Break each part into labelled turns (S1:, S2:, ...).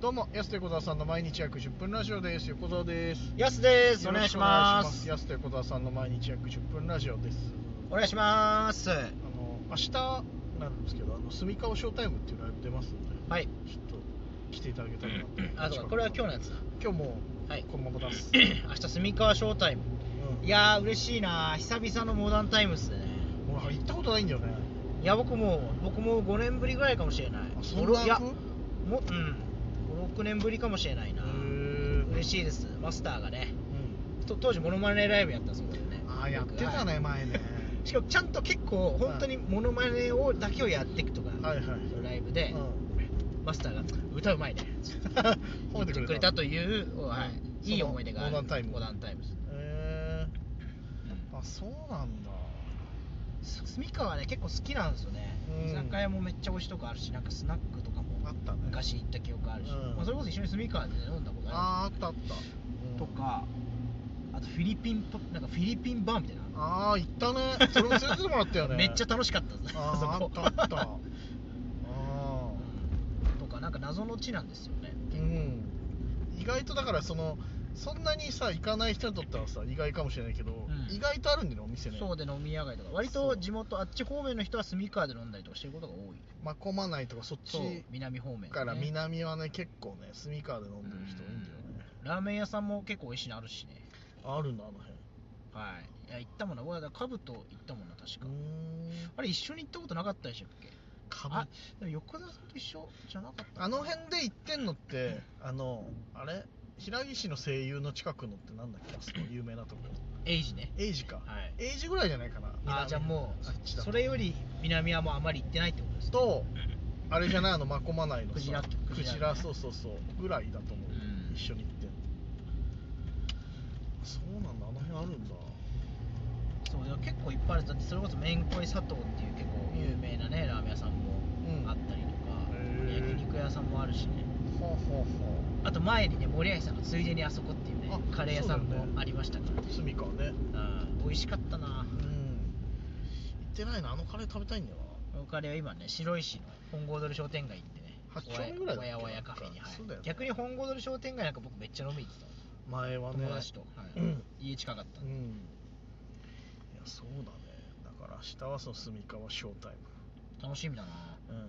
S1: どうも、安手小沢さんの毎日約10分ラジオです。横澤です。
S2: やすです。お願いします。
S1: 安手小沢さんの毎日約10分ラジオです。
S2: お願いします。
S1: あの、明日なんですけど、あの、住川ショータイムっていうライブ出ますので、
S2: はい。
S1: ちょっと来ていただけたらなと。
S2: あ、そうかこれは今日のやつだ。
S1: 今日も
S2: はい。
S1: このまま出 す。
S2: 明日、住川ショータイム。
S1: うん
S2: いやー、嬉しいなー。久々のモダンタイムっすね。
S1: もう行ったことないんだよね。
S2: いや、僕も、僕も5年ぶりぐらいかもしれない
S1: あ。そ
S2: 五
S1: んな
S2: 六いや、
S1: 空く
S2: もう、うん。5、6年ぶりかもしれないな。
S1: ー
S2: 嬉しいです。マスターがね。
S1: うん
S2: と当時、モノマネライブやったそうだよね。
S1: あー、やってた
S2: は
S1: ね、
S2: い
S1: 前ね。
S2: しかも、ちゃんと結構、本当にモノマネを、だけをやっていくとか、
S1: はいはいはい
S2: ライブで、マスターが、歌うまいね。
S1: うん。褒めてくれた。
S2: という、はい、いい思い出がある
S1: モダンタイム
S2: モダンタイムです
S1: えー、あそうなんだ
S2: 住川はね結構好きなんですよね、
S1: うん
S2: 居酒屋もめっちゃ美味しいとこあるしなんかスナックとかも
S1: あったね
S2: 昔行った記憶あるし、
S1: うん
S2: まあ、それこそ一緒に住川で飲んだことあ
S1: あーあったあった、
S2: る
S1: うん
S2: とかあとフィリピンポなんかフィリピンバーみたいなの
S1: ああ行ったねそれも連れてってもらったよね
S2: めっちゃ楽しかったですね
S1: あー
S2: そこ
S1: あったあった ああ
S2: とかなんか謎の地なんですよね
S1: ーうん意外とだからそのそんなにさ行かない人にとってはさ意外かもしれないけど、
S2: うん
S1: 意外とあるんだよねお店ね
S2: そうで飲み屋街とか割
S1: そ
S2: と
S1: う
S2: 地元あっち方面の人は住川で飲んだりとかしてることが多い
S1: まこまないとかそっ
S2: そう
S1: ち
S2: 南方面、ね、
S1: から南はね結構ね住川で飲んでる人多いんだよね
S2: ラーメン屋さんも結構美味しいのあるしね
S1: あるんだあの辺
S2: はいいや行ったもんな俺だカブと行ったもんな確か、
S1: うん
S2: あれ一緒に行ったことなかったでしたっけ
S1: かぶ
S2: あでも横田さんと一緒じゃなかった
S1: あの辺で行ってんのって、あの、あれ平岸の声優の近くのってなんだっけあそこ有名なとこ。
S2: エイジね
S1: エイジか。
S2: はい
S1: エイジぐらいじゃないかな。
S2: あ
S1: 南
S2: じゃあもう
S1: そっちだ
S2: それより南はもうあまり行ってないってことですね
S1: と、あれじゃないあの、まこまないのさ
S2: クジラ
S1: ク
S2: ク
S1: ジ
S2: ジ
S1: ラ
S2: ラね
S1: そうそうそう。ぐらいだと思う。
S2: うん
S1: 一緒に行ってんのそうなんだ、あの辺あるんだ。
S2: そうでも結構いっぱいあるだってそれこそめんこい佐藤っていう結構有名なねラーメン屋さんも
S1: うん
S2: あったりとか、
S1: へー
S2: 焼肉屋さんもあるしね
S1: ほうほうほう。
S2: あと前にね森合さんがついでにあそこっていうね
S1: あ
S2: カレー屋さん
S1: そうだよね
S2: もありましたからね
S1: すみかね。
S2: うん美味しかったな
S1: うん。行ってないな、あのカレー食べたいんだよな。
S2: お金は今ね白石の本郷通り商店街行ってね
S1: 八丁目ぐらいだっ
S2: わ
S1: け
S2: やわやカフェに、
S1: なん
S2: は
S1: か
S2: い
S1: そうだよね
S2: 逆に本郷通り商店街なんか僕めっちゃ飲みに行ってた
S1: 前はね。
S2: 友達と、は
S1: う
S2: い
S1: ん
S2: 家近かった
S1: うん
S2: で、
S1: いやそうだねだから明日はその住川ショータイ
S2: 楽しみだな
S1: ム、うん、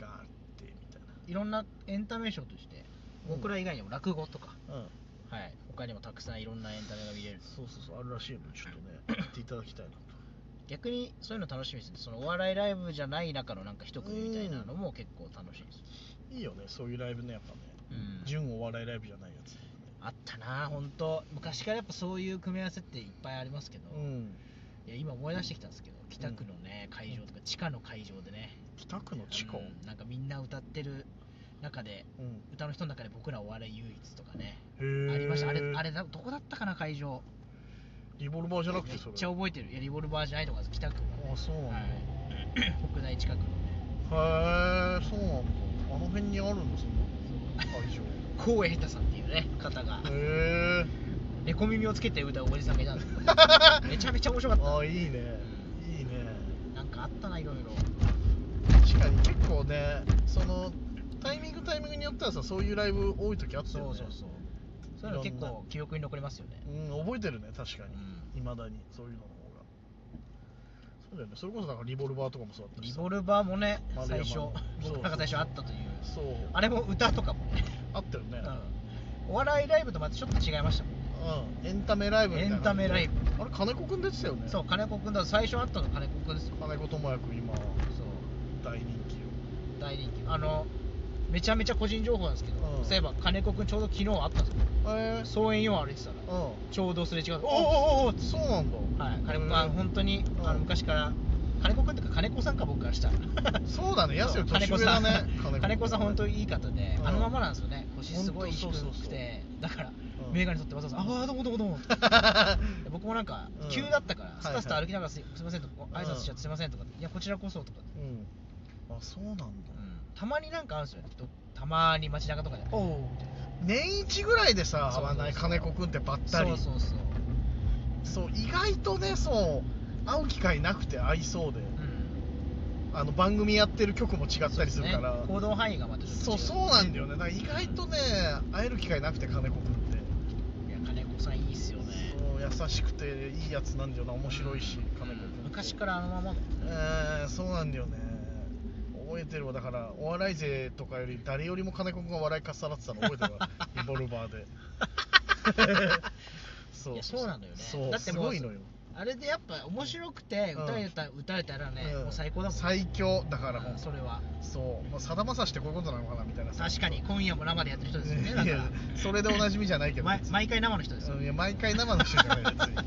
S1: があってみたい
S2: いろんなエンタメショーとして
S1: うん
S2: 僕ら以外にも落語とか、
S1: な、うん、
S2: はい他にもたくさんいろんなエンタメが見れる
S1: そうそうそうあるらしいのでちょっとね行っていただきたいなと
S2: 逆にそういうの楽しみですねそのお笑いライブじゃない中のなんか一組みたいなのも結構楽しいです、
S1: いいよねそういうライブねやっぱね、
S2: うん
S1: 純お笑いライブじゃないやつ
S2: あったな本当昔からやっぱそういう組み合わせっていっぱいありますけど、
S1: うん
S2: いや今思い出してきたんですけど北区のね、会場とか地下の会場でね
S1: 北区の地下
S2: うんなんかみんな歌ってる中で
S1: うん
S2: 歌の人の中で僕らお笑い唯一とかね
S1: へえ
S2: ありましたあれあれだどこだったかな会場
S1: リボルバーじゃ
S2: め
S1: な
S2: っ
S1: くてそれ
S2: ちゃ覚えてるいやリボルバーじゃないとかです北区
S1: あそうなん
S2: の、
S1: だ、
S2: はい、北大近くのね
S1: へえそうなんだあの辺にあるんだそんなの会場
S2: 光栄太さんっていうね方が
S1: へえ
S2: レコ耳をつけて歌うおじさんがいたんですよ めちゃめちゃ面白かった
S1: あいいねいいね
S2: なんかあったないろいろ
S1: 確かに結構ねそのタイミングタイミングによってはさそういうライブ多い時あった
S2: そ
S1: よ
S2: う
S1: ね
S2: そうそうそういうの結
S1: いろんな
S2: 構記憶に残りますよね
S1: うん覚えてるね確かにい
S2: う
S1: ま、未だにそういうのの方がそうだよねそれこそだからリボルバーとかもそうだったし
S2: リ
S1: さ
S2: ボルバーもね
S1: 丸
S2: 最
S1: 山
S2: 初
S1: のそう
S2: 僕らが最初あったという
S1: そう
S2: あれも歌とかもね、
S1: あったよね
S2: うん、お笑いライブとまたちょっと違いましたもんね
S1: うん、エンタメライブみたいな感じで
S2: エンタメライ
S1: あれ金子くん出てたよね
S2: そう金子くんだ最初あったの金子くんですよ
S1: 金子智也くん今
S2: そう
S1: 大人気よ
S2: 大人気あのめちゃめちゃ個人情報なんですけど、
S1: うん
S2: そういえば金子くんちょうど昨日会ったんですよ
S1: えー、
S2: 総園4歩いてたら
S1: うんお
S2: ちょうどすれ違う
S1: ーおーおーそうなんだ
S2: はい金子くん
S1: へー
S2: あ本当にあ
S1: う
S2: の
S1: ん
S2: 昔から金子くんっていうか金子さんか僕からしたら
S1: そうだねやすよ
S2: そう金
S1: 年
S2: 子
S1: 上だ
S2: さん
S1: ね
S2: 金子さん本当
S1: に
S2: にいい方で、
S1: うん
S2: あのままなんですよね腰すごい低
S1: ほん
S2: く
S1: とそ
S2: て
S1: うそうそう
S2: だから、
S1: うん
S2: メーガネ取ってわざわざ「ああどうもどうもどうも」で僕もなんか
S1: うん
S2: 急だったから、スタスタ
S1: はいはい
S2: 歩きながらす「すいません」とか「挨拶しちゃってすいません」とか「いやこちらこそ」とか、
S1: うんあそうなんだ、
S2: たまになんかあるんですよねどたまに街中とかで
S1: おう年一ぐらいでさ合
S2: そうそうそう
S1: わない金子くんってばったり
S2: そうそうそう、
S1: そう意外とねそう会う機会なくて会いそうで
S2: うん、
S1: あの番組やってる局も違ったりするから
S2: 行動範囲がまたちょっと
S1: そ
S2: 違
S1: うそうなんだよねだから意外とね会える機会なくて金子くんって
S2: いや金子さんいいっすよね
S1: そう優しくていいやつなんだよな面白いし金子くんって
S2: 昔からあのままだよ
S1: えー、そうなんだよね覚えてるわだからお笑い勢とかより誰よりも金子君が笑いかっさらってたの覚えてるわリボルバー で
S2: いやそうなんだよね
S1: そう
S2: だって
S1: す
S2: もう
S1: ごいのよ
S2: あれでやっぱ面白くて
S1: うん
S2: 歌えた,、歌えたらね、
S1: うん
S2: もう最高だもん
S1: 最強だから
S2: う
S1: も
S2: ん
S1: う
S2: それは
S1: そうまあさだまさしってこういうことなのかなみたいなさ
S2: 確かに今夜も生でやってる人ですよねだ
S1: い
S2: か
S1: や
S2: ら
S1: それでおなじみじゃないけど
S2: 毎
S1: 別に
S2: 毎回生の人ですよ、
S1: うんいや毎回生の人じゃない 別に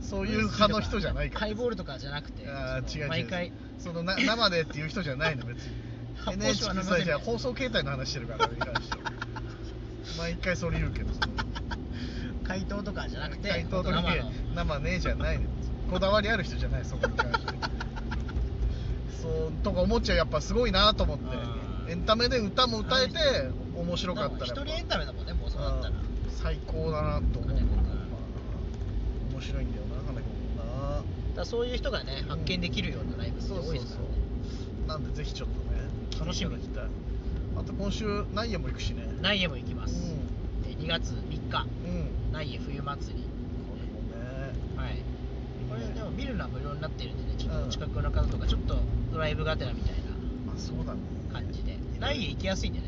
S1: そういう派の人じゃないから
S2: ハイボールとかじゃなくて
S1: あー
S2: そ
S1: 違う違
S2: の
S1: う
S2: 毎回
S1: そのな生でっていう人じゃないの別に
S2: 発泡
S1: NHK
S2: 酒は飲ませ
S1: さ
S2: ない
S1: じゃあ放送形態の話してるから俺に関しては 毎回それ言うけどその
S2: 回答とかじゃなくて
S1: 回答とか
S2: 生の
S1: ね生ねえじゃないの別にこだわりある人じゃないそこに関 してそうとか思っちゃうやっぱすごいなと思っ
S2: あ
S1: て
S2: ー
S1: エンタメで歌も歌えて面白かったら
S2: 一
S1: やっぱ
S2: 人エンタメだもんねもうそうなったら
S1: うん最高だなと思う
S2: 金子君
S1: 面白いんだよな金子君な
S2: だからそういう人がね発見できるようなライブって
S1: そうそ
S2: 多
S1: う
S2: い
S1: そ
S2: ですからね
S1: うなんでぜひちょっとね
S2: 楽しみ
S1: 聞いていただきたいあと今週何夜も行くしね
S2: ナイエも行きます、
S1: う
S2: で2月3日
S1: んうん
S2: ナイエ冬祭り
S1: これもね
S2: はいこれでも見るのは無料になってるんでねちょっ
S1: うん
S2: と近くの方とかちょっとドライブがてらみたい
S1: あそうだね
S2: な感じでナイエ行きやすいんでね、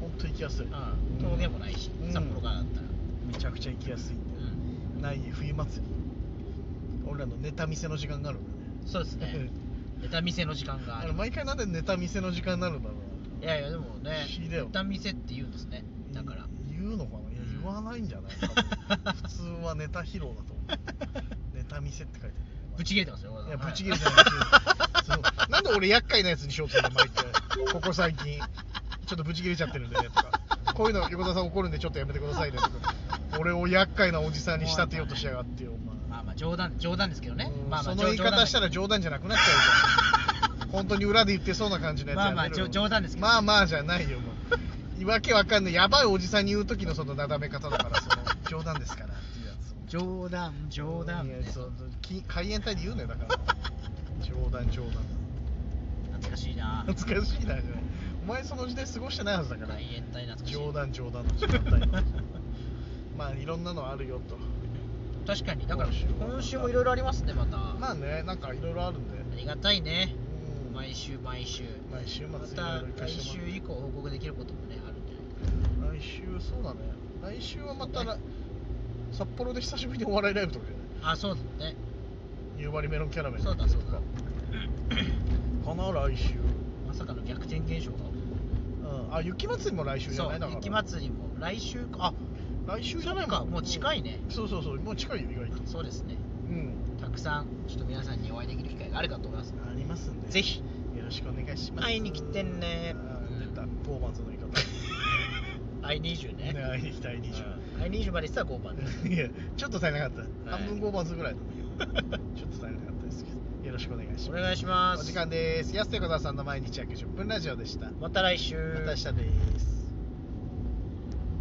S1: 本当行きやすい、
S2: うん、峠もないし、
S1: うん
S2: 札幌からだったら、
S1: めちゃくちゃ行きやすいんだよ
S2: うん
S1: ない冬祭り俺らのネタ見せの時間があるんだよね
S2: そうですねネタ見せの時間があ
S1: あ
S2: る
S1: れ毎回なんでネタ見せの時間になるんだろ
S2: いやいやでもね
S1: 不思議だよ
S2: ネタ見せって言うんですね
S1: う
S2: だから
S1: い言うのかないや言わないんじゃない多 分普通はネタ披露だと思うネタ見せって書いてあるよ
S2: ぶち切れてますよ
S1: いや、ブチ切
S2: れ
S1: れじゃない。そうなんで俺厄介なやつにしようとするの毎回。ここ最近。ちょっとブチ切れちゃってるんでね、とか。こういうの横田さん怒るんでちょっとやめてくださいね、とか。俺を厄介なおじさんに仕立てようとしやがってよ、お
S2: まあまあ冗談冗談ですけど
S1: 前
S2: ね。まあま
S1: そ
S2: あ
S1: の言い方した
S2: ら
S1: ら冗談じゃなくなっちゃうじゃん。本当に裏で言ってそうな感じのやつ
S2: まあまあ
S1: やめろよ
S2: 冗冗談ですけど
S1: まあまあじゃないよ、もう。言い訳わかんない。やばいおじさんに言う時のそのなだめ方だから、その冗談ですからっていうやつ。
S2: 冗談冗談
S1: いやそうそうき海援隊で言うねだから 冗談冗談
S2: 懐かしいな
S1: 懐かしいなじゃないお前その時代過ごしてないはずだから
S2: 海援隊懐かしい
S1: 冗談冗談の時間 帯のまあいろんなのあるよと
S2: 確かにだから
S1: 今週は
S2: 今週もいろいろありますねまた、
S1: まあねなんかいろいろあるんで
S2: ありがたいね
S1: うん
S2: 毎週毎週
S1: 毎週末
S2: ま
S1: いろい
S2: た
S1: ろ行か
S2: 来
S1: せても
S2: 週
S1: らって
S2: 以降報告できることもねあるんじゃないか
S1: 来週そうだね来週はまたら札幌で久しぶりにお笑いライブとかじゃない
S2: なあそうだね
S1: 夕張メロンキャラメル
S2: そうだそうだ
S1: かな来週
S2: まさかの逆転現象が
S1: うんあ雪祭りも来週じゃ
S2: そ
S1: な
S2: う
S1: いだから
S2: 雪祭りも来週かあ
S1: 来週じゃない
S2: そっかもう近いね
S1: そうそうそうもう近いよ意外と
S2: そうですね
S1: うん
S2: たくさんちょっと皆さんにお会いできる機会があるかと思います
S1: ありますんで
S2: ぜひ
S1: よろしくお願いします
S2: 会いに来てね
S1: あー出たゴーマンズの言い 方
S2: i20 ね
S1: ね会いに来た会いに来た
S2: i20 までしたら5番で す
S1: いやちょっと足りなかった、
S2: はい
S1: 半分ゴーマンズぐらいなんだけど ちょっと足りなかったですけどよろしくお願いします
S2: お願いします
S1: お時間です安手小沢さんの毎日約10分ラジオでしたま
S2: また来週
S1: た明日です